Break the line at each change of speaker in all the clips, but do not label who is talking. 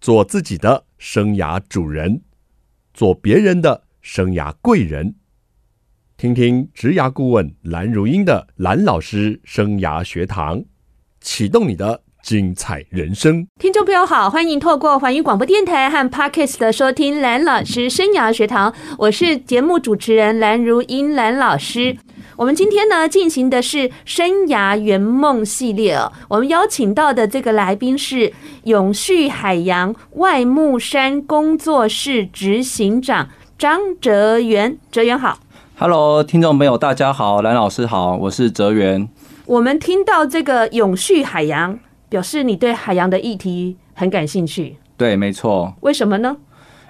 做自己的生涯主人，做别人的生涯贵人。听听职涯顾问蓝如英的蓝老师生涯学堂，启动你的精彩人生。
听众朋友好，欢迎透过环宇广播电台和 Podcast 的收听蓝老师生涯学堂，我是节目主持人蓝如英蓝老师。我们今天呢进行的是生涯圆梦系列哦，我们邀请到的这个来宾是永续海洋外木山工作室执行长张哲元，哲元好。
Hello，听众朋友，大家好，蓝老师好，我是哲源。
我们听到这个永续海洋，表示你对海洋的议题很感兴趣，
对，没错，
为什么呢？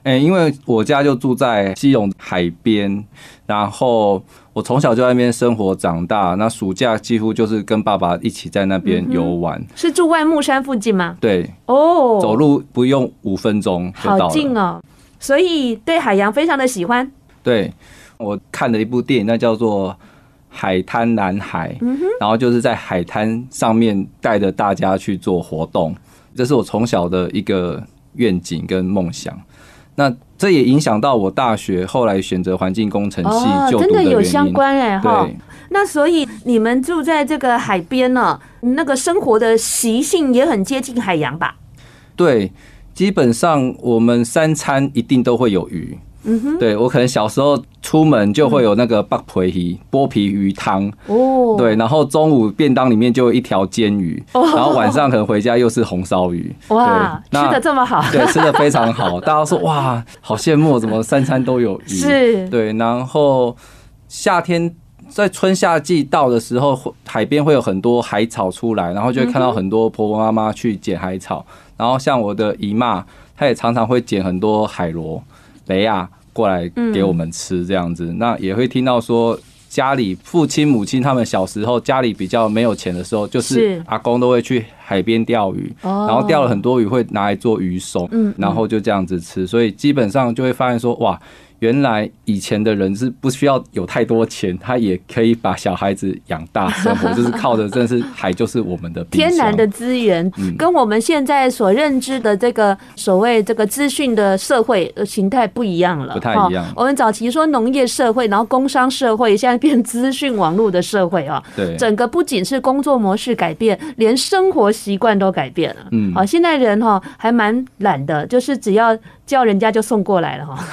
哎、因为我家就住在基隆海边，然后我从小就在那边生活长大，那暑假几乎就是跟爸爸一起在那边游玩，
是住外木山附近吗？
对，
哦，
走路不用五分钟就
好
到了。
近哦，所以对海洋非常的喜欢。
对，我看了一部电影，那叫做《海滩男孩》，
嗯
然后就是在海滩上面带着大家去做活动，这是我从小的一个愿景跟梦想。那这也影响到我大学后来选择环境工程系
哦，
就
真
读
的
原因。
有相关哎哈
对。，
那所以你们住在这个海边呢、那个生活的习性也很接近海洋吧？
对，基本上我们三餐一定都会有鱼。嗯哼，对我可能小时候出门就会有那个剥皮鱼、剥皮鱼汤，
哦，
对，然后中午便当里面就有一条煎鱼，然后晚上可能回家又是红烧鱼，
哇，
对
吃的。这么好，
对，吃的非 常好，大家说哇，好羡慕，哦怎么三餐都有鱼？
是
对，然后夏天在春夏季到的时候，会海边会有很多海草出来，然后就会看到很多婆婆妈妈去捡海草，然后像我的姨妈，她也常常会捡很多海螺、雷亚过来给我们吃这样子，那也会听到说。家里父亲母亲他们小时候家里比较没有钱的时候，就是
是
阿公都会去海边钓鱼，
哦
然后钓了很多鱼会拿来做鱼松，
嗯
然后就这样子吃，所以基本上就会发现说，哇，原来以前的人是不需要有太多钱，他也可以把小孩子养大生活，就是靠着真是海就是我们的冰箱
天然的资源，
嗯
跟我们现在所认知的这个所谓这个资讯的社会呃形态不一样了，
不太一样
哦我们早期说农业社会，然后工商社会，现在变资讯网络的社会啊、
对
整个不仅是工作模式改变，连生活习惯都改变了。
嗯
好、现在人哈、还蛮懒的，就是只要叫人家就送过来了 哈、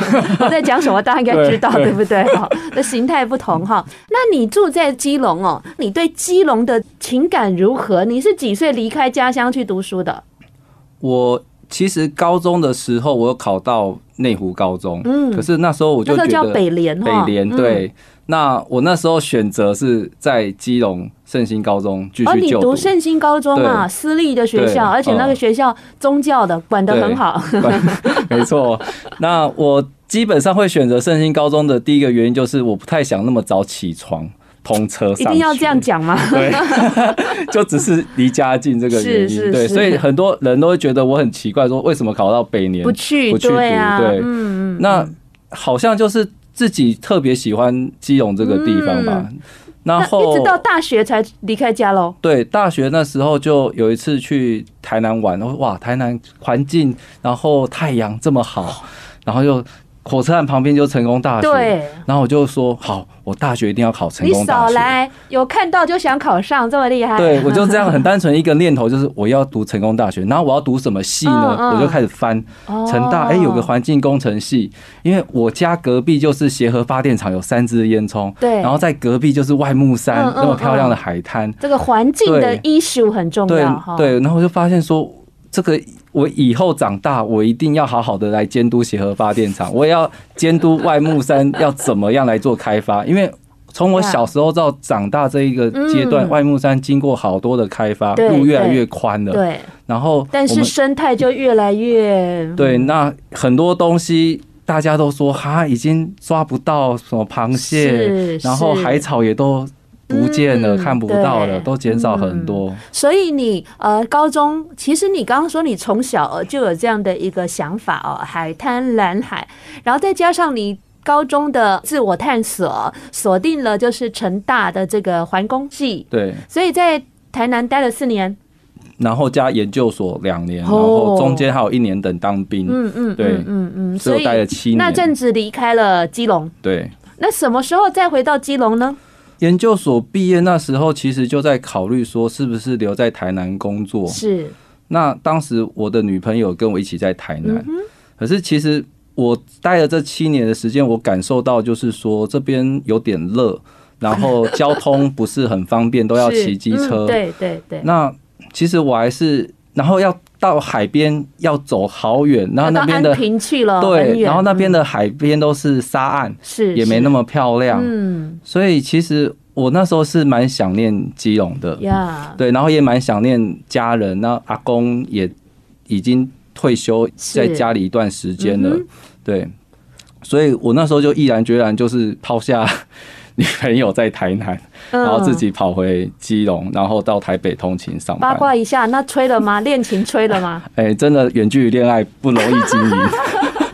我在讲什么，大家应该知道，对
对
不对？哈、那形态不同哈、那你住在基隆哦，你对基隆的情感如何？你是几岁离开家乡去读书的？
我其实高中的时候，我有考到内湖高中，
嗯
可是那时候我就
那
觉
个
得
叫北联哈
北联
嗯
对。那我那时候选择是在基隆圣心高中继
哦，
续
你
就
读圣心高中啊，
对
私立的学
对
校，而且那个
嗯
学校宗教的管得很好。
没错，那我基本上会选择圣心高中的第一个原因就是我不太想那么早起床通车上，
一定要这样。讲吗？
对， 就只是离家近这个原因，
是是
对，
是
所以很多人都会觉得我很奇怪，说为什么考到北年
不去，
不去读？
对啊，
对，
嗯嗯，
那好像就是自己特别喜欢基隆这个地方吧。然
嗯那
后
一直到大学才离开家喽。
对，大学那时候就有一次去台南玩，然后哇，台南环境，然后太阳这么
哦
好，然后又火车站旁边就成功大学，
对，
然后我就说好，我大学一定要考成
你
功大
少
学。
来，有看到就想考上，这么厉害。
对，我就这样很单纯一个念头，就是我要读成功大学，然后我要读什么系呢？
嗯嗯
我就开始翻
哦
成大，哎、有个环境工程系，因为我家隔壁就是协和发电厂，有三支烟囱，
对
然后在隔壁就是外木山
嗯嗯
那么漂亮的
嗯
海滩，
这个环境的
对
issue 很重
对
要哈。，
对，然后我就发现说，这个我以后长大，我一定要好好的来监督协和发 电厂，我也要监督外木山要怎么样来做开发，因为。从我小时候到长大这一个阶段，
啊嗯
外木山经过好多的开发，
对
路越来
对
越宽了。
对，
然后，
但是生态就越来越
对，那很多东西大家都说哈，已经抓不到什么螃
是
蟹，然后
是
海草也都不见了，
嗯
看不到了，
对嗯
都减少很多。
所以你呃，高中其实你刚刚说你从小呃就有这样的一个想法哦，海滩蓝海，然后再加上你。高中的自我探索锁定了就是成大的这个环工系，
对，
所以在台南待了四年，
然后加研究所两年，
哦
然后中间还有一年等当兵，
嗯嗯，
对
嗯嗯嗯，
所
所
以我待了七
以
年
那阵子离开了基隆，
对。
那什么时候再回到基隆呢？
研究所毕业那时候，其实就在考虑说是不是留在台南工作。
是，
那当时我的女朋友跟我一起在台南，
嗯
可是其实我待了这七年的时间，我感受到就是说这边有点热，然后交通不是很方便，都要
是
骑机车。
嗯对对对，
那其实我还是，然后要到海边要走好远，然后那边
要
的
到安平去了，哦很
对，
远
然后那边的海边都是沙岸，
是
也没那么漂
是
亮，
嗯
所以其实我那时候是蛮想念基隆的。
呀，
对，然后也蛮想念家人。那阿公也已经退休，
是
在家里一段时间了
嗯，
对，所以我那时候就毅然决然就是抛下女朋友在台南，然后自
嗯
己跑回基隆，然后到台北通勤上
八
班。
卦一下，那吹了 吗？恋情吹了吗？
哎、真的远距离恋爱不容易经营。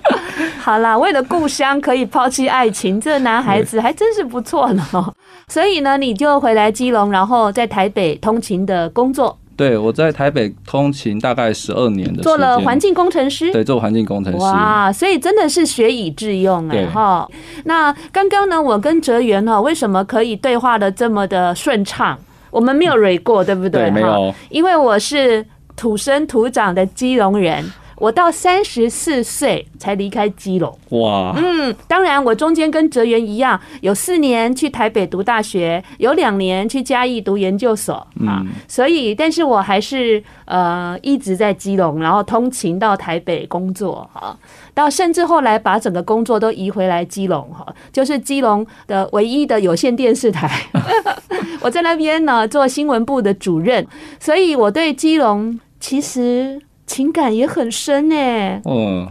好啦，为了故乡可以抛弃爱情，这男孩子还真是不错呢。所以呢，你就回来基隆，然后在台北通勤的工作，
对我在台北通勤大概十二年的时间，
做了环境工程师。
对做环境工程师。
哇，所以真的是学以致用
对
啊！哈，那刚刚呢，我跟哲源哈，为什么可以对话的这么的顺畅？我们没有蕊过，对不对？
对，没
哈
有，
因为我是土生土长的基隆人，我到三十四岁才离开基隆。
哇，
嗯，当然，我中间跟哲源一样，有四年去台北读大学，有两年去嘉义读研究所啊，所以，但是我还是呃一直在基隆，然后通勤到台北工作啊，到甚至后来把整个工作都移回来基隆哈、就是基隆的唯一的有线电视台，我在那边呢做新闻部的主任，所以我对基隆其实情感也很深哎、
嗯，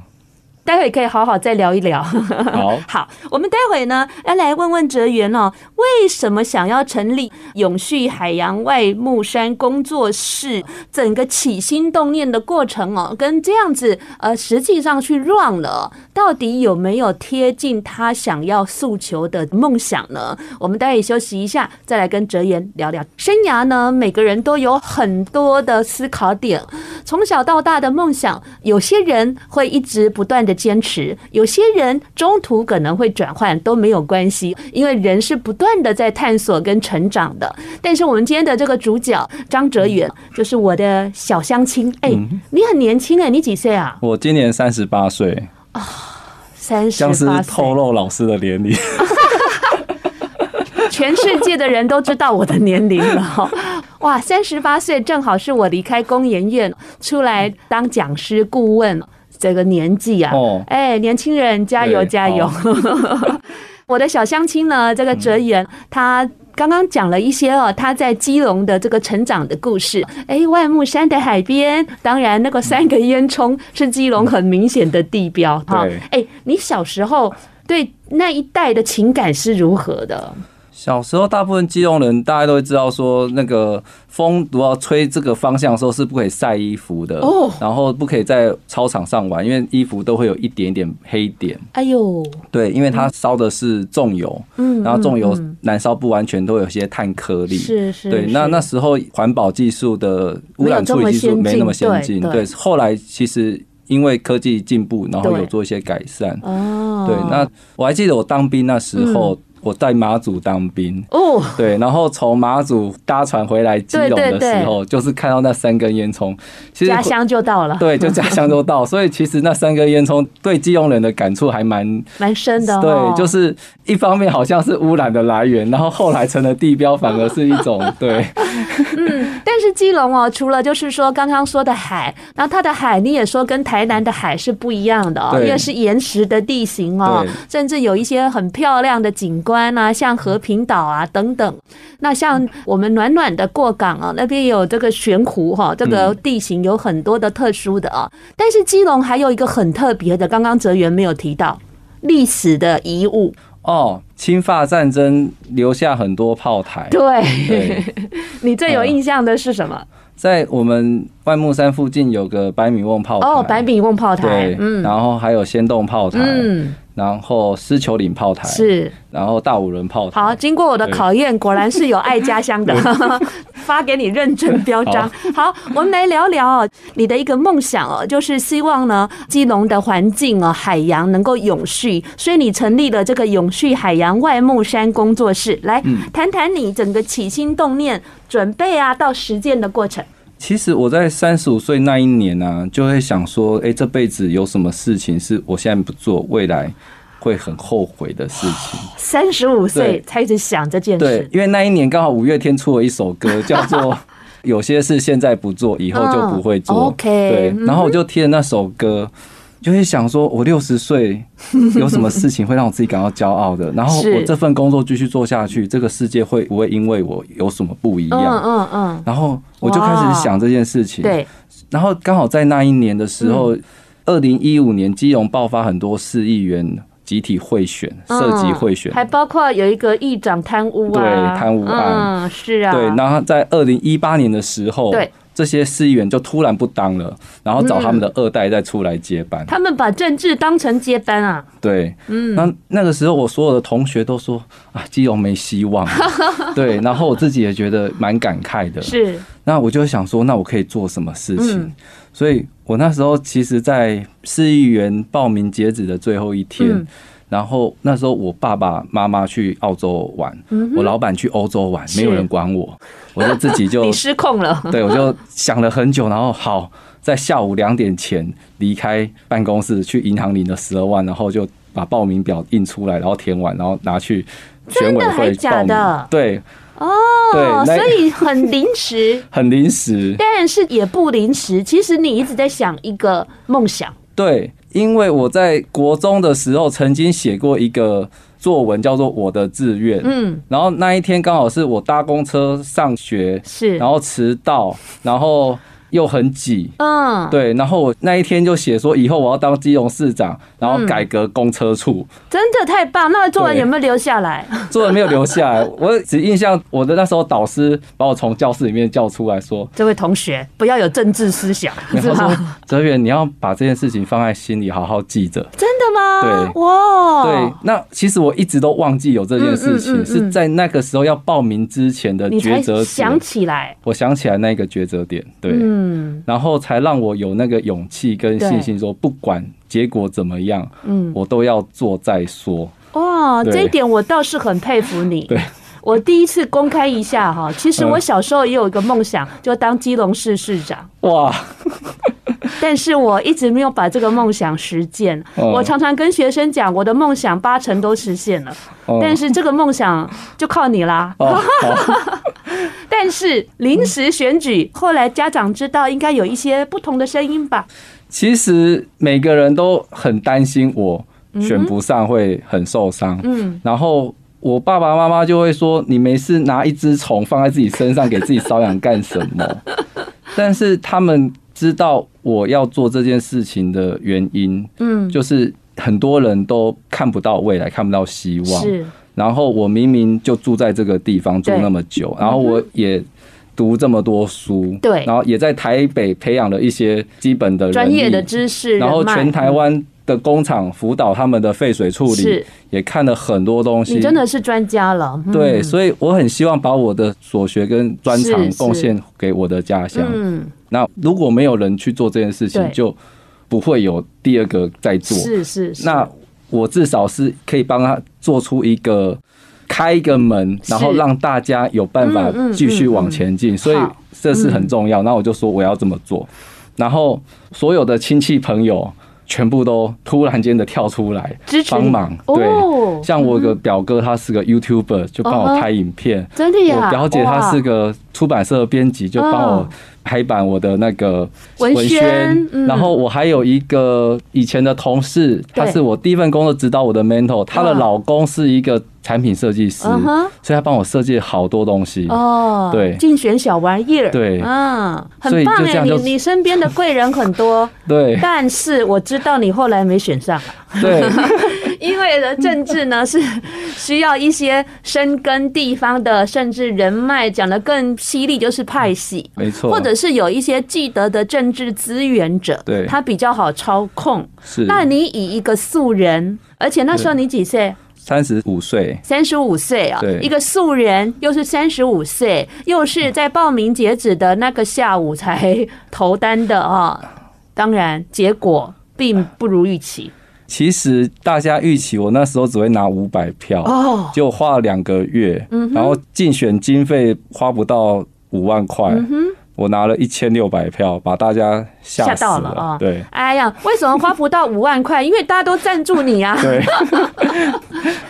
待会可以好好再聊一聊。，
好
好，我们待会呢要来问问哲源哦，为什么想要成立永续海洋外木山工作室？整个起心动念的过程哦，跟这样子呃，实际上去 run 了，到底有没有贴近他想要诉求的梦想呢？我们待会休息一下，再来跟哲源聊聊生涯呢。每个人都有很多的思考点，从小到大的梦想，有些人会一直不断的坚持，有些人中途可能会转换，都没有关系，因为人是不断的在探索跟成长的。但是我们今天的这个主角张哲远，就是我的小乡亲，哎、你很年轻哎、你几岁啊？
我今年三十八岁，
三十
像是
八岁
透，露老师的年龄。
全世界的人都知道我的年龄了哦。 哇，三十八岁正好是我离开工研院出来当讲师顾问这个年纪啊。
哦
哎，年轻人加油
对
加油！ 我的小乡亲呢，这个哲言、他。刚刚讲了一些哦，他在基隆的这个成长的故事。哎，万木山的海边，当然那个三个烟囱是基隆很明显的地标哈
对。
哎，你小时候对那一带的情感是如何的？
小时候，大部分基隆人大家都会知道说，那个风如果吹这个方向的时候是不可以晒衣服的
哦
然后不可以在操场上玩，因为衣服都会有一点点黑点。
哎呦，
对，因为它烧的是重油，
嗯，
然后重油
嗯
燃烧不完全，都会有一些碳颗粒。
是是，
对，那
是
那时候环保技术的污染处理技术
没
没
有这
那
么
么
先
先
进
进，
对
对，后来其实因为科技进步，然后
对
有做一些改善。
哦，嗯
对，那我还记得我当兵那时候，我在马祖当兵，
哦，
对，然后从马祖搭船回来基隆
对对
的时候，就是看到那三根烟囱，其实
家乡就到了，
对，就家乡都 到，所以其实那三根烟囱对基隆人的感触还蛮。
蛮深的、哦，
对，就是一方面好像是污染的来源，然后后来成了地标，反而是一 种对
但是基隆哦，除了就是说刚刚说的海，然后它的海你也说跟台南的海是不一样的哦，
对
因为是岩石的地形哦
对，
甚至有一些很漂亮的景观啊，像和平岛啊等等。那像我们暖暖的过港啊，那边有这个悬湖哈、这个地形有很多的特殊的啊、但是基隆还有一个很特别的，刚刚哲源没有提到历史的遗物，
哦，侵法战争留下很多炮台。
对
对 嗯
你最有印象的是什么？
在我们万木山附近有个白米瓮炮台，
哦哦，白米瓮炮台
对，，
嗯
然后还有仙洞炮台，
嗯，
然后狮球岭炮台，
是
然后大五轮炮台。
好，经过我的考验，果然是有爱家乡的， 发给你认真标章。好，我们来聊聊哦，你的一个梦想哦，就是希望呢，基隆的环境哦，海洋能够永续，所以你成立了这个永续海洋外木山工作室，来
嗯
谈谈你整个起心动念、准备啊到实践的过程。
其实我在三十五岁那一年呢、啊，就会想说，哎、这辈子有什么事情是我现在不做，未来会很后悔的事情。
三十五岁
对
才一直想这件
对
事，，
因为那一年刚好五月天出了一首歌，叫 做《有些事现在不做，以后就不会做》。
嗯，OK，嗯
对，然后我就贴了那首歌，就会想说，我六十岁有什么事情会让我自己感到骄傲的？然 后
是
我这份工作继续做下去，这个世界会不会因为我有什么不一
嗯
样？
嗯嗯，
然后我就开
哇
始想这件事情。
对，嗯
然后刚好在那一年的时候，二零一五年基隆爆发很多市议员集体贿选、涉及贿选
嗯，还包括有一个议长贪污啊，
对贪污案
嗯，是啊，
对，然后在二零一八年的时候
对，
这些市议员就突然不当了，然后找他们的二代再出来接班。
嗯他们把政治当成接班啊，
对，嗯，那那个时候我所有的同学都说啊，基隆没希望了。 对，然后我自己也觉得蛮感慨的。
是
那我就想说，那我可以做什么事情？
嗯
所以我那时候其实，在市议员报名截止的最后一天，
嗯
然后那时候我爸爸妈妈去澳洲玩，
嗯
我老板去欧洲玩，没有人管我，我就自己就
你失控 了，
对我就想了很久，然后好在下午两点前离开办公室，去银行领了十二万，然后就把报名表印出来，然后填完，然后拿去选委
真的还
会
假
报名。
的
对，
哦，
对那，
所以很临时
很临时。
但是也不临时。其实你一直在想一个梦想，
对，因为我在国中的时候曾经写过一个作文，叫做《我的志愿》。
嗯，
然后那一天刚好是我搭公车上学，
是，
然后迟到，然后又很挤。
嗯，
对，然后我那一天就写说，以后我要当基隆市长，然后改革公车处，
真的太棒。那作文
对
有没有留下来？
作文没有留下来。 我只印象我的那时候导师把我从教室里面叫出来说，
这位同学不要有政治思想，
然
是
后说
吧？
哲远，你要把这件事情放在心里，好好记着。
真的吗？
对
哇，
对，，那其实我一直都忘记有这件事情，
哦嗯嗯嗯嗯
是在那个时候要报名之前的
你才
抉择
想
点。
起来，
我想起来那个抉择点，对，
嗯
然后才让我有那个勇气跟信心，说不管结果怎么样，
嗯。
我都要做再说。
哇，
对
这一点我倒是很佩服你。
对
我第一次公开一下哈，其实
嗯
我小时候也有一个梦想，就当基隆市市长，
哇，
但是我一直没有把这个梦想实践。
嗯
我常常跟学生讲，我的梦想八成都实现了，
嗯
但是这个梦想就靠你啦。
哦，好，
但是临时选举，后来家长知道，应该有一些不同的声音吧？
其实每个人都很担心我选不上会很受伤，
嗯，
然后我爸爸妈妈就会说：“你没事拿一只虫放在自己身上，给自己瘙痒干什 么？”但是他们知道我要做这件事情的原因，
嗯，
就是很多人都看不到未来，看不到希望。
是，
然后我明明就住在这个地方住
对嗯
那么久，然后我也读这么多书，
对
然后也在台北培养了一些基本的人
专业
力
的知识，
然后
人脉
全台湾的工厂辅导他们的废水处理
是，
也看了很多东西。
你真的是专家了。嗯
对，所以我很希望把我的所学跟专长
是是
贡献给我的家乡。
嗯。
那如果没有人去做这件事情
对，
就不会有第二个在做。
是是是，
那我至少是可以帮他做出一个开一个门，
是
然后让大家有办法
嗯嗯嗯
继续往前进，所以
好嗯
这是很重要。那我就说我要这么做，然后所有的亲戚朋友全部都突然间的跳出来
支持
帮
你
忙，对。
哦，
像我有个表哥，他是个 YouTuber，就帮
嗯哼
我拍影片。
真的呀，
我表姐她是
哇
个出版社的编辑，就帮我
嗯
排版我的那个
文宣嗯
然后我还有一个以前的同事，
对
她是我第一份工作指导我的 mentor，她的
嗯
老公是一个产品设计师，
嗯哼
所以她帮我设计好多东西。
哦，
对
竞选小玩意儿，
对
嗯，
所
很
以就
棒
这
哎，
样
你
就
你身边的贵人很多，
对
但是我知道你后来没选上，
对，
因为的政治呢是需要一些深耕地方的，甚至人脉。讲的更犀利，就是派系，
没错，
或者是有一些既得的政治资源者，
对
他比较好操控。
是
那你以一个素人，而且那时候你几岁？
三十五岁，
三十五岁啊
对，
一个素人，又是三十五岁，又是在报名截止的那个下午才投单的啊。当然，结果并不如预期
其实大家预期我那时候只会拿五百票，
哦。
就花了两个月，
嗯
然后竞选经费花不到五万块，
嗯
我拿了一千六百票，把大家吓
吓
死
到了啊！
对，
哎呀，为什么花不到五万块？因为大家都赞助你 啊。
对，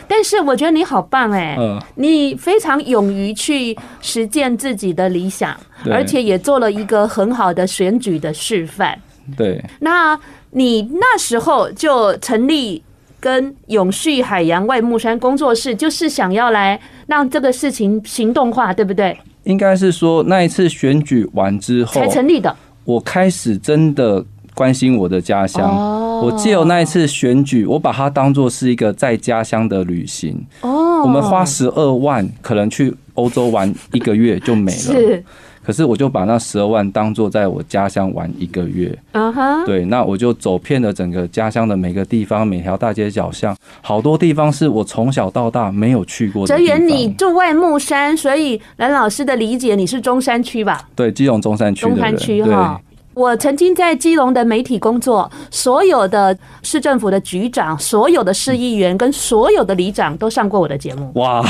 但是我觉得你好棒哎、
嗯
你非常勇于去实践自己的理想，
对
而且也做了一个很好的选举的示范。
对，
那你那时候就成立跟永续海洋外木山工作室，就是想要来让这个事情行动化，对不对？
应该是说那一次选举完之后
才，成立的。
我开始真的关心我的家乡。
哦
我借由那一次选举，我把它当做是一个在家乡的旅行。
哦，
我们花十二万，可能去欧洲玩一个月就没了。
是，
可是我就把那十二万当做在我家乡玩一个月。
嗯哼，
对，那我就走遍了整个家乡的每个地方，每条大街小巷，好多地方是我从小到大没有去过的
哲
地
源，
方。
你住外木山，所以蓝老师的理解，你是中山区吧？
对基隆中山区的
中
人，
山区
对
哈。我曾经在基隆的媒体工作，所有的市政府的局长、所有的市议员跟所有的里长都上过我的节 目。
哇，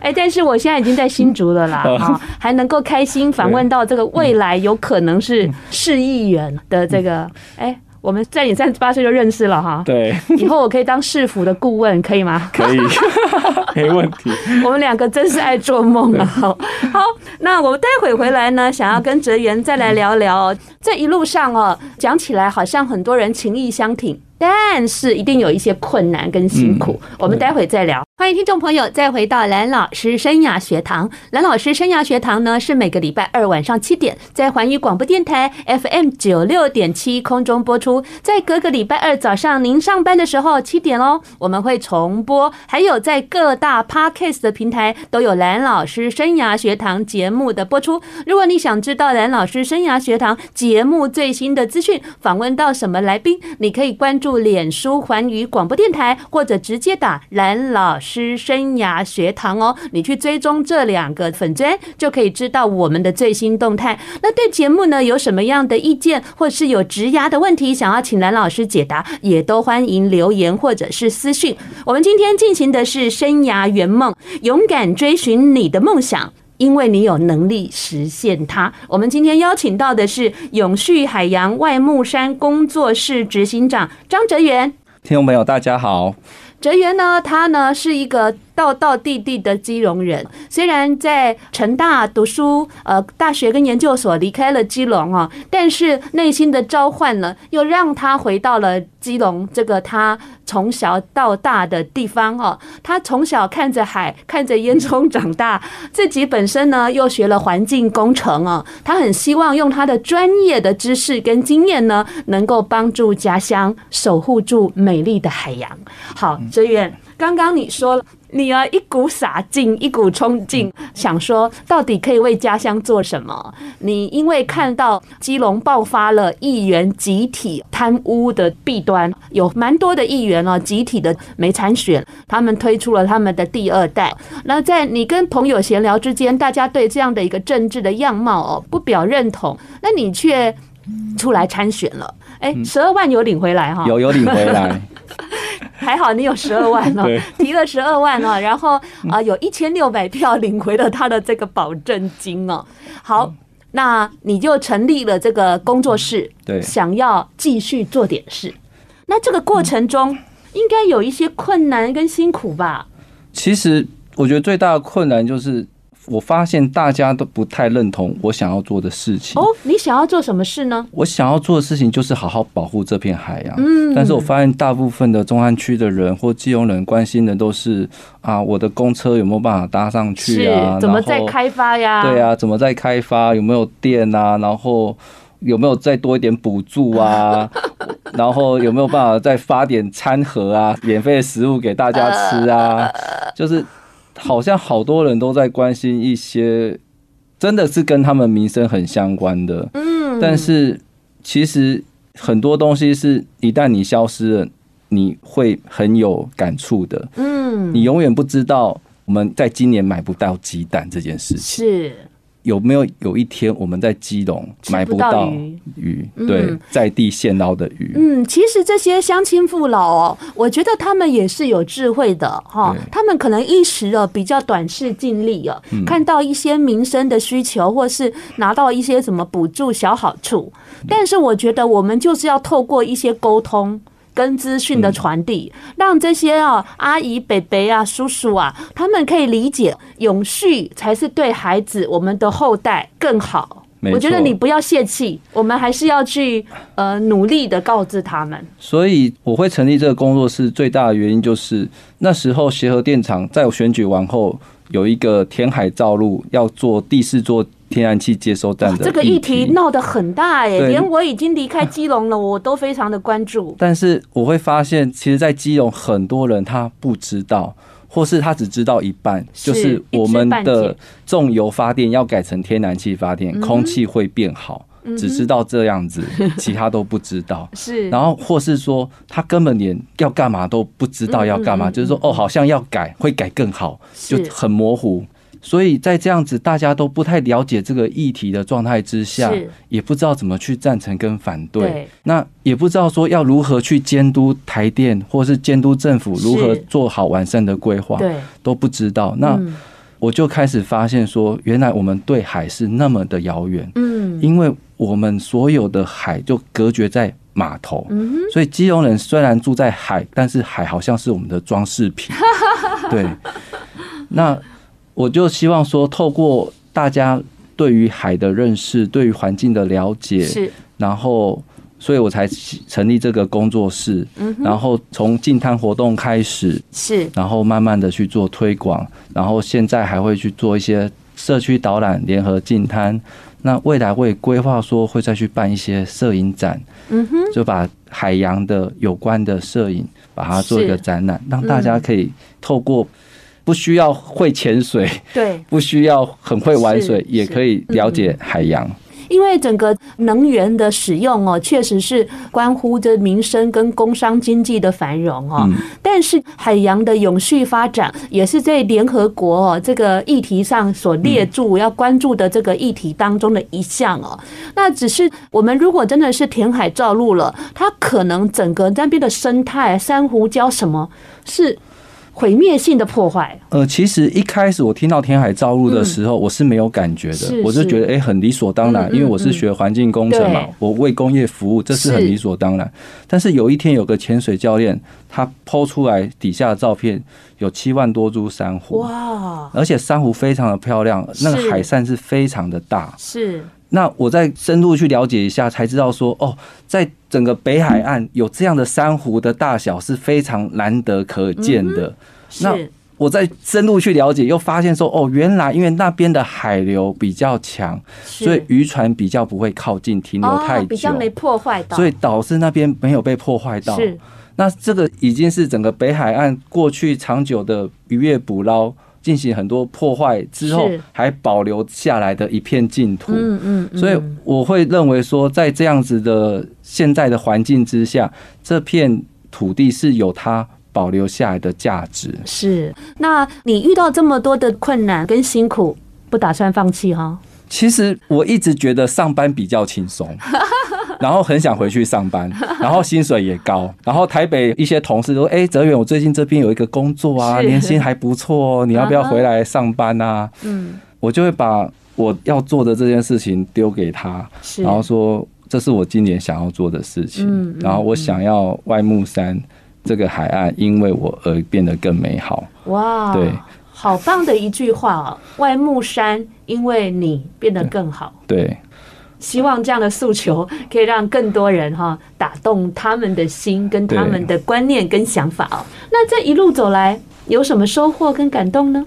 哎，但是我现在已经在新竹了啦，
哦
啊，还能够开心访问到这个
嗯
未来有可能是市议员的这个，哎，我们在你三十八岁就认识了哈，
嗯对，
以后我可以当市府的顾问，可以吗？
可以， 没问题。
我们两个真是爱做梦啊！好，那我们待会回来呢，想要跟哲源再来聊聊哦。这一路上哦，讲起来好像很多人情意相挺，但是一定有一些困难跟辛苦。我们待会再聊。欢迎听众朋友再回到蓝老师生涯学堂。蓝老师生涯学堂呢是每个礼拜二晚上七点在环宇广播电台 FM 九六点七空中播出，在各个礼拜二早上您上班的时候七点哦，我们会重播，还有在各大 Podcast 的平台都有蓝老师生涯学堂节目的播出。如果你想知道蓝老师生涯学堂节目最新的资讯，访问到什么来宾，你可以关注脸书环宇广播电台，或者直接打蓝老师生涯学堂哦。你去追踪这两个粉砖，就可以知道我们的最新动态。那对节目呢，有什么样的意见，或是有职涯的问题，想要请蓝老师解答，也都欢迎留言或者是私讯。我们今天进行的是生涯圆梦，勇敢追寻你的梦想。因为你有能力实现它。我们今天邀请到的是永续海洋外木山工作室执行长张哲源。
听众朋友，大家好，
哲源呢，他呢是一个道道地地的基隆人，虽然在成大读书，呃，大学跟研究所离开了基隆哦，但是内心的召唤呢，又让他回到了基隆这个他从小到大的地方哦。他从小看着海，看着烟囱长大， 自己本身呢又学了环境工程哦，他很希望用他的专业的知识跟经验呢，能够帮助家乡守护住美丽的海洋。好，哲远，刚刚你说了，你啊一股洒劲，一股冲劲，想说到底可以为家乡做什么？你因为看到基隆爆发了议员集体贪污的弊端，有蛮多的议员哦，集体的没参选，他们推出了他们的第二代。那在你跟朋友闲聊之间，大家对这样的一个政治的样貌哦不表认同，那你却出来参选了。哎，十二万有领回来哈、
嗯有有领回来，
还好你有十二万哦
对，
提了十二万 哦，然后啊、呃有一千六百票领回了他的这个保证金哦。
嗯
好，那你就成立了这个工作室，
嗯对
想要继续做点事。那这个过程
嗯
中应该有一些困难跟辛苦吧？
其实我觉得最大的困难就是，我发现大家都不太认同我想要做的事情。
哦，你想要做什么事呢？
我想要做的事情就是好好保护这片海洋。
嗯
但是我发现大部分的中安区的人或基隆人关心的都是啊，我的公车有没有办法搭上去啊？
是怎么
然
在
后
开发呀？
对啊，怎么在 开发？有没有电啊？然后有没有再多一点补助啊？然后有没有办法再发点餐盒啊，免费的食物给大家吃啊？
呃
就是好像好多人都在关心一些，真的是跟他们民生很相关的。
嗯，
但是其实很多东西是一旦你消失了，你会很有感触的。
嗯
你永远不知道我们在今年买不到鸡蛋这件事情，
是
有没有有一天我们在基隆
吃
买
不到
到
鱼
鱼？
嗯
对，在地现捞的鱼。
嗯，其实这些乡亲父老哦，我觉得他们也是有智慧的哈、
对
他们可能一时哦比较短视近利哦、看到一些民生的需求，或是拿到一些什么补助小好处，但是我觉得我们就是要透过一些沟通。跟资讯的传递，让这些啊阿姨、伯伯啊、叔叔啊，他们可以理解，永续才是对孩子、我们的后代更好。
没
我觉得
错
你不要泄气，我们还是要去呃努力的告知他们。
所以我会成立这个工作室，最大的原因就是那时候协和电厂在我选举完后有一个填海造陆，要做第四座天然气接收站的
这个
议
议题闹得很大耶，
对
连我已经离开基隆了，我都非常的关注。
但是我会发现，其实，在基隆很多人他不知道，或是他只知道一半，
是
就是我们
一知半
的
解嗯
重油发电要改成天然气发电，空气会变好，只知道这样子，其他都不知道。
是，
然后，或是说他根本连要干嘛都不知道要干
嗯
嘛，
嗯嗯
就是说哦，好像要改，会改更好，
是
就很模糊。所以在这样子大家都不太了解这个议题的状态之下
是，
也不知道怎么去赞成跟反
对
对，那也不知道说要如何去监督台电或是监督政府
是
如何做好完善的规划，
对，
都不知道。那
嗯
我就开始发现说，原来我们对海是那么的遥远，
嗯
因为我们所有的海就隔绝在码头，
嗯哼，
所以基隆人虽然住在海，但是海好像是我们的装饰 品。对，那我就希望说，透过大家对于海的认识，对于环境的了解，
是，
然后，所以我才成立这个工作室。
嗯哼，
然后从净滩活动开始，
是，
然后慢慢的去做推广，然后现在还会去做一些社区导览，联合净滩。那未来会规划说会再去办一些摄影展，
嗯哼，
就把海洋的有关的摄影，把它做一个
是
展览，让大家可以透过不需要会潜水，
对，
不需要很会玩水
是，嗯
也
是
可以了解海洋。
因为整个能源的使用哦，确实是关乎着民生跟工商经济的繁荣哦。
嗯
但是海洋的永续发展也是在联合国哦这个议题上所列注要关注的这个议题当中的一项哦。那只是我们如果真的是填海造陆了，它可能整个那边的生态、珊瑚礁什么是毁灭性的破坏。
呃，其实一开始我听到填海造陆的时候，我是没有感觉
嗯是
的，我就是觉得哎、诶很理所当然，
嗯嗯
因为我是学环境工程嘛
对，
我为工业服务，这是很
是
理所当然。但是有一天有个潜水教练，他抛出来底下的照片有七万多株珊瑚，
哇，
而且珊瑚非常的漂亮，那
是
个海扇是非常的大。
是
那我再深入去了解一下，才知道说哦，在整个北海岸有这样的珊瑚的大小是非常难得可见的。那
嗯是，
我再深入去了解，又发现说，哦，原来因为那边的海流比较强，所以
是
渔船比较不会靠近停留太
哦、比
久，
较没破坏到，
所以导致那边没有被破坏到。
是
那这个已经是整个北海岸过去长久的渔业捕捞进行很多破坏之后
是，
还保留下来的一片净土。
嗯嗯嗯，
所以我会认为说，在这样子的现在的环境之下，这片土地是有它保留下来的价值。
是，那你遇到这么多的困难跟辛苦，不打算放弃哈、
其实我一直觉得上班比较轻 松，然后很想回去上班，然后薪水也高，然后台北一些同事都说：“哎、哲远，我最近这边有一个工作啊，
是
年薪还不错哦，你要不要回来上班啊？”
嗯，
我就会把我要做的这件事情丢给他，
是，
然后说：“这是我今年想要做的事情，
嗯嗯
然后我想要外木山这个海岸因为我而变得更美好。”
哇，
对，
好棒的一句话哦！外木山因为你变得更好，
对，
希望这样的诉求可以让更多人哈、打动他们的心，跟他们的观念跟想法哦。那这一路走来有什么收获跟感动呢？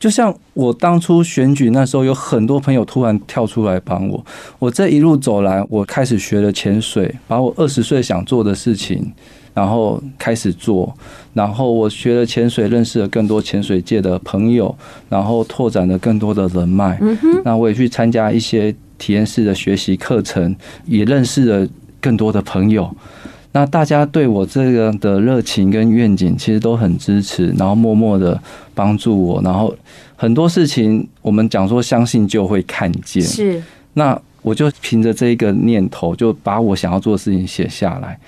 就像我当初选举那时候，有很多朋友突然跳出来帮我。我这一路走来，我开始学了潜水，把我二十岁想做的事情，然后开始做。然后我学了潜水，认识了更多潜水界的朋友，然后拓展了更多的人脉。
嗯哼，
那我也去参加一些体验式的学习课程，也认识了更多的朋友。那大家对我这个的热情跟愿景，其实都很支持，然后默默的帮助我，然后很多事情我们讲说相信就会看见，
是
那我就凭着这一个念头，就把我想要做的事情写下来。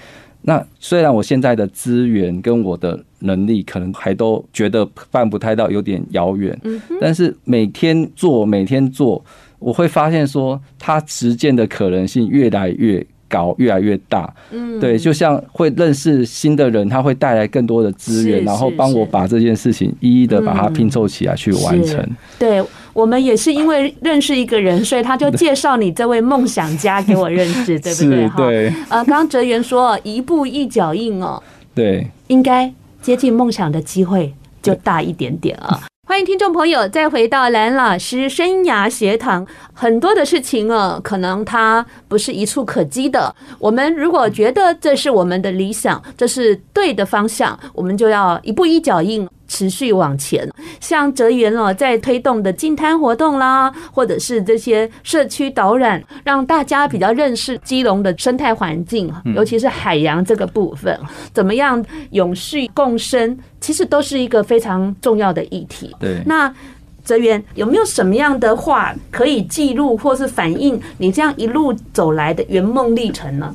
那虽然我现在的资源跟我的能力可能还都觉得办不太到，有点遥远，
嗯哼，
但是每天做，每天做，我会发现说，它实践的可能性越来越高，越来越大。
嗯，
对，就像会认识新的人，他会带来更多的资
是
源，然后
是
帮我
是
把这件事情一一的把它
嗯
拼凑起来去完
是
成。
对，我们也是因为认识一个人，所以他就介绍你这位梦想家给我认 识，对不对？
是，
哈，
对，
呃，刚刚哲源说一步一脚印哦，
对。
应该接近梦想的机会就大一点点啊。欢迎听众朋友再回到蓝老师生涯学堂，很多的事情哦，可能它不是一触可及的。我们如果觉得这是我们的理想，这是对的方向，我们就要一步一脚印。持续往前，像哲源哦，在推动的净滩活动啦，或者是这些社区导览，让大家比较认识基隆的生态环境，
嗯
尤其是海洋这个部分。怎么样永续共生，其实都是一个非常重要的议题。
对
那哲源有没有什么样的话可以记录或是反映你这样一路走来的圆梦历程呢？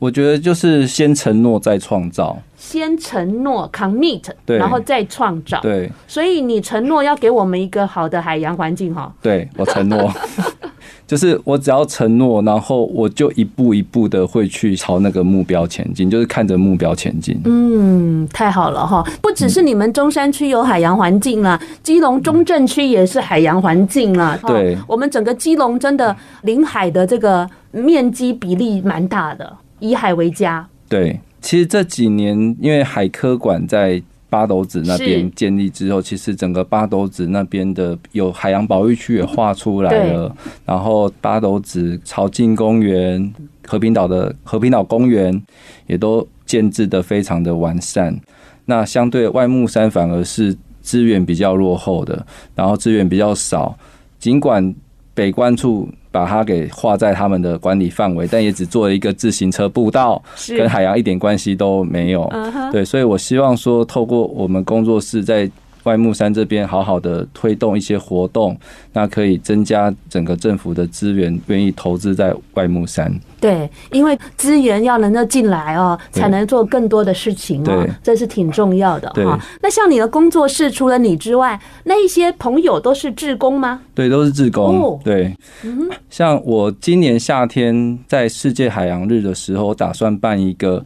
我觉得就是先承诺再创造，
先承诺 commit，
对
然后再创造。
对
所以你承诺要给我们一个好的海洋环境哈。
对，我承诺， 就是我只要承诺，然后我就一步一步的会去朝那个目标前进，就是看着目标前进。
嗯，太好了哈！不只
嗯
是你们中山区有海洋环境啦，基隆中正区也是海洋环境啦。哈
对
我们整个基隆真的临海的这个面积比例蛮大的，以海为家。
对，其实这几年因为海科馆在八斗子那
是
边建立之后，其实整个八斗子那边的有海洋保育区也划出来了，然后八斗子潮境公园、和平岛的和平岛公园也都建制的非常的完善。那相对外木山反而是资源比较落后的，然后资源比较少，尽管北关处把它给划在他们的管理范围，但也只做了一个自行车步道，
是
跟 海洋一点关系都没有。
嗯哼，
对，所以我希望说，透过我们工作室在外木山这边好好的推动一些活动，那可以增加整个政府的资源，愿意投资在外木山。
对，因为资源要能够进来哦，
对
才能做更多的事情哦
对，
这是挺重要的
对
哈。那像你的工作室，除了你之外，那一些朋友都是志工吗？
对，都是志工。
哦
对，像我今年夏天在世界海洋日的时候，打算办一个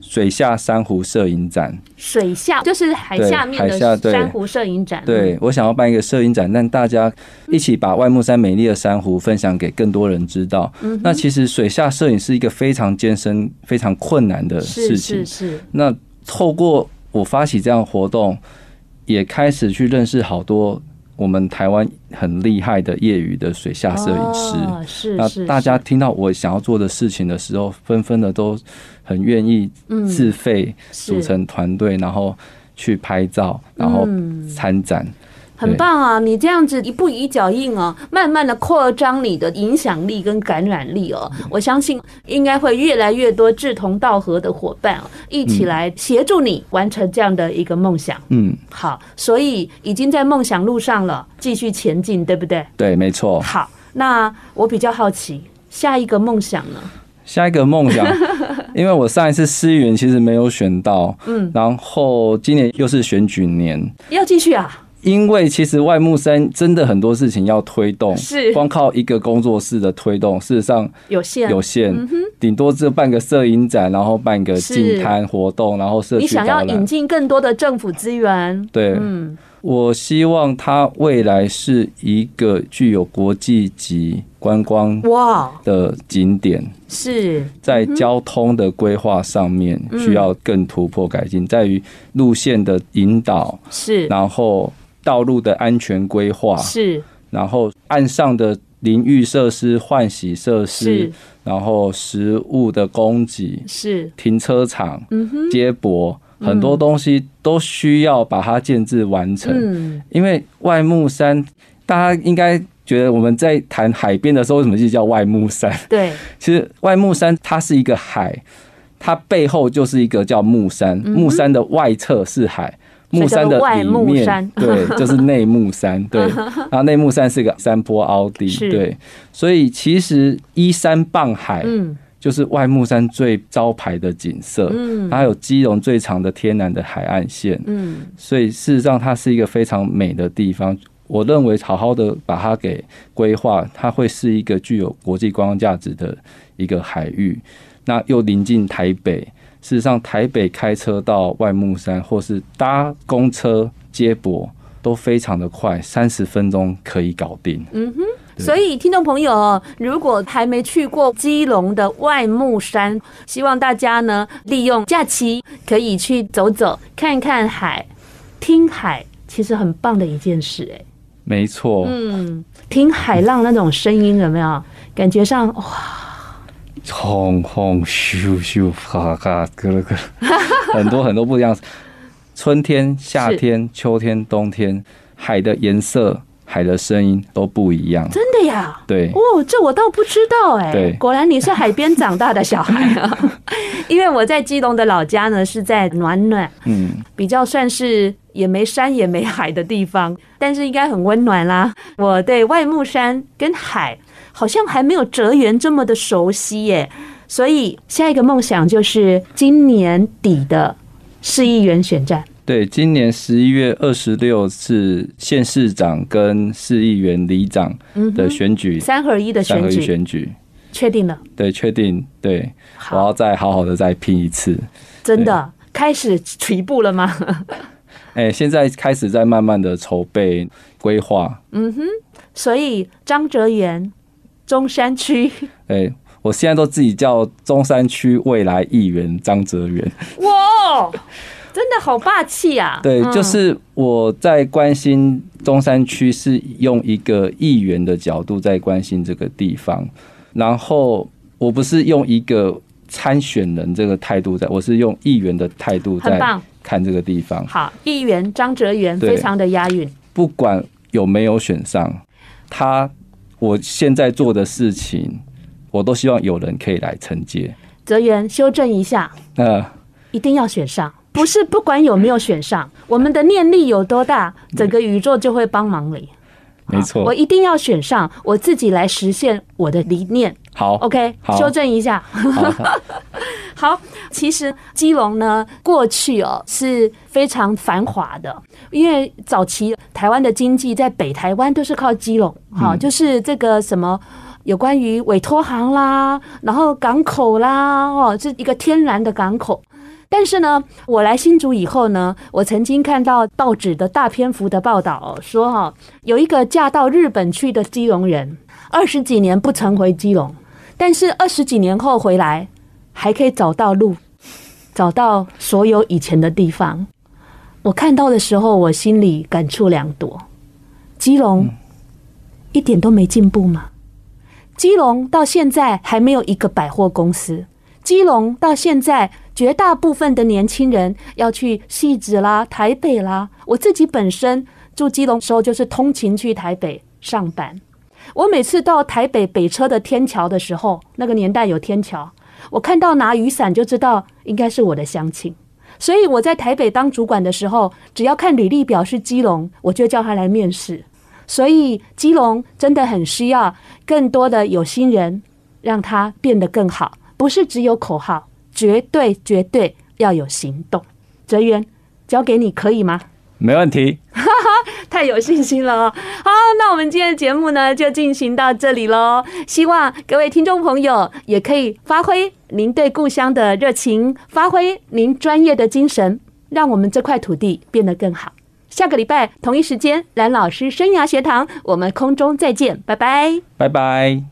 水下珊瑚摄影展。
水下就是海
对
下面
海下
的
对
珊瑚摄影展，嗯
对我想要办一个摄影展，让大家一起把外木山美丽的珊瑚分享给更多人知道。
嗯
那其实水下摄影是一个非常艰深、非常困难的
是
事情
是。是，
那透过我发起这样的活动，也开始去认识好多我们台湾很厉害的业余的水下摄影师。
哦是
那
是，
大
是
家听到我想要做的事情的时候，纷纷的都很愿意
嗯
自费组
是
成团队，然后去拍照，然后
嗯
参展。
很棒啊！你这样子一步一脚印哦，慢慢的扩张你的影响力跟感染力哦。我相信应该会越来越多志同道合的伙伴、哦、一起来协助你完成这样的一个梦想。
嗯，
好，所以已经在梦想路上了，继续前进，对不对？
对，没错。
好，那我比较好奇下一个梦想呢？
下一个 梦想，因为我上一次市议员其实没有选到，
嗯，
然后今年又是选举年，
要继续啊？
因为其实外木山真的很多事情要推动，
是
光靠一个工作室的推动，事实上
有限，
有限，顶多只有办个摄影展，然后办个
是
净滩活动，然后社
你
区
想
导
要引
览。
进更多的政府资源，
对，
嗯，
我希望它未来是一个具有国际级观光
哇，
的景点。
是
在交通的规划上面
嗯
需要更突破改进，在于路线的引导，
是，
然后道路的安全规划，
是
然后岸上的淋浴设施、换洗设施
是，
然后食物的供给、
是，
停车场、
嗯哼，嗯
接驳，很多东西都需要把它建制完成。
嗯，
因为外木山，大家应该觉得我们在谈海边的时候，为什么就叫外木山？
对，
其实外木山它是一个海，它背后就是一个叫木山，木山的外侧是海。
嗯所以
木
叫做
山的
外
里
木
面，
山
对，就是内木山，对。然后内木山是个山坡凹地，
是
对。所以其实依山傍海，
嗯
就是外木山最招牌的景色，
嗯
它有基隆最长的天然的海岸线，
嗯，
所以事实上它是一个非常美的地方。我认为好好的把它给规划，它会是一个具有国际观光价值的一个海域。那又临近台北，事实上台北开车到外木山，或是搭公车接驳都非常的快，三十分钟可以搞定。
嗯所以听众朋友哦，如果还没去过基隆的外木山，希望大家呢利用假期可以去走走，看看海，听海，其实很棒的一件事哎。
没错，
嗯，听海浪那种声音有没有？感觉上哦哇，
轰轰咻咻啪啪咯 咯咯，很多很多不一样。春天、夏天、秋天、冬天，海的颜色、海的声音都不一样。
真的呀！
对
哦，这我倒不知道哎、
哎对
果然你是海边长大的小孩 啊，因为我在基隆的老家呢是在暖暖，
嗯，
比较算是也没山也没海的地方，但是应该很温暖啦。我对外木山跟海好像还没有哲源这么的熟悉耶，所以下一个梦想就是今年底的市议员选战。
对，今年十一月二十六是县市长跟市议员、里长
嗯
的
哼，
选举，
三合一的
三
选
合一
举
选举。
确定了，
对，确定，对我
好，
要再好好的再拼一次。
真的开始起步了吗？
哎、现在开始在慢慢的筹备规划，
所以张哲源，中山区，
哎，我现在都自己叫中山区未来议员张哲源。
哇，真的好霸气啊！
对，
嗯
就是我在关心中山区，是用一个议员的角度在关心这个地方，然后我不是用一个参选人这个态度在，我是用议员的态度
很
在
棒
看这个地方，
好，议员张哲源非
对
常的押韵，
不管有没有选上，他我现在做的事情，我都希望有人可以来承接。
哲源修正一下，
那、
一定要选上，不是不管有没有选上，我们的念力有多大，整个宇宙就会帮忙你。
嗯没错
好我一定要选上，我自己来实现我的理念。
好
OK，
好
修正一下。
好，
好，其实基隆呢，过去哦是非常繁华的，因为早期台湾的经济在北台湾都是靠基隆，好、就是这个什么。有关于委托行啦，然后港口啦，哦，是一个天然的港口。但是呢，我来新竹以后呢，我曾经看到报纸的大篇幅的报道、哦、说哈、有一个嫁到日本去的基隆人，二十几年不曾回基隆，但是二十几年后回来，还可以找到路，找到所有以前的地方。我看到的时候，我心里感触良多。基隆一点都没进步吗？基隆到现在还没有一个百货公司。基隆到现在，绝大部分的年轻人要去汐止啦、台北啦。我自己本身住基隆的时候，就是通勤去台北上班。我每次到台北北车的天桥的时候，那个年代有天桥，我看到拿雨伞就知道应该是我的乡亲。所以我在台北当主管的时候，只要看履历表是基隆，我就叫他来面试。所以基隆真的很需要更多的有心人，让它变得更好，不是只有口号，绝对绝对要有行动。哲源，交给你可以吗？
没问题。
太有信心了哦！好，那我们今天的节目呢就进行到这里喽。希望各位听众朋友也可以发挥您对故乡的热情，发挥您专业的精神，让我们这块土地变得更好。下个礼拜同一时间，蓝老师生涯学堂，我们空中再见，拜拜。
拜拜。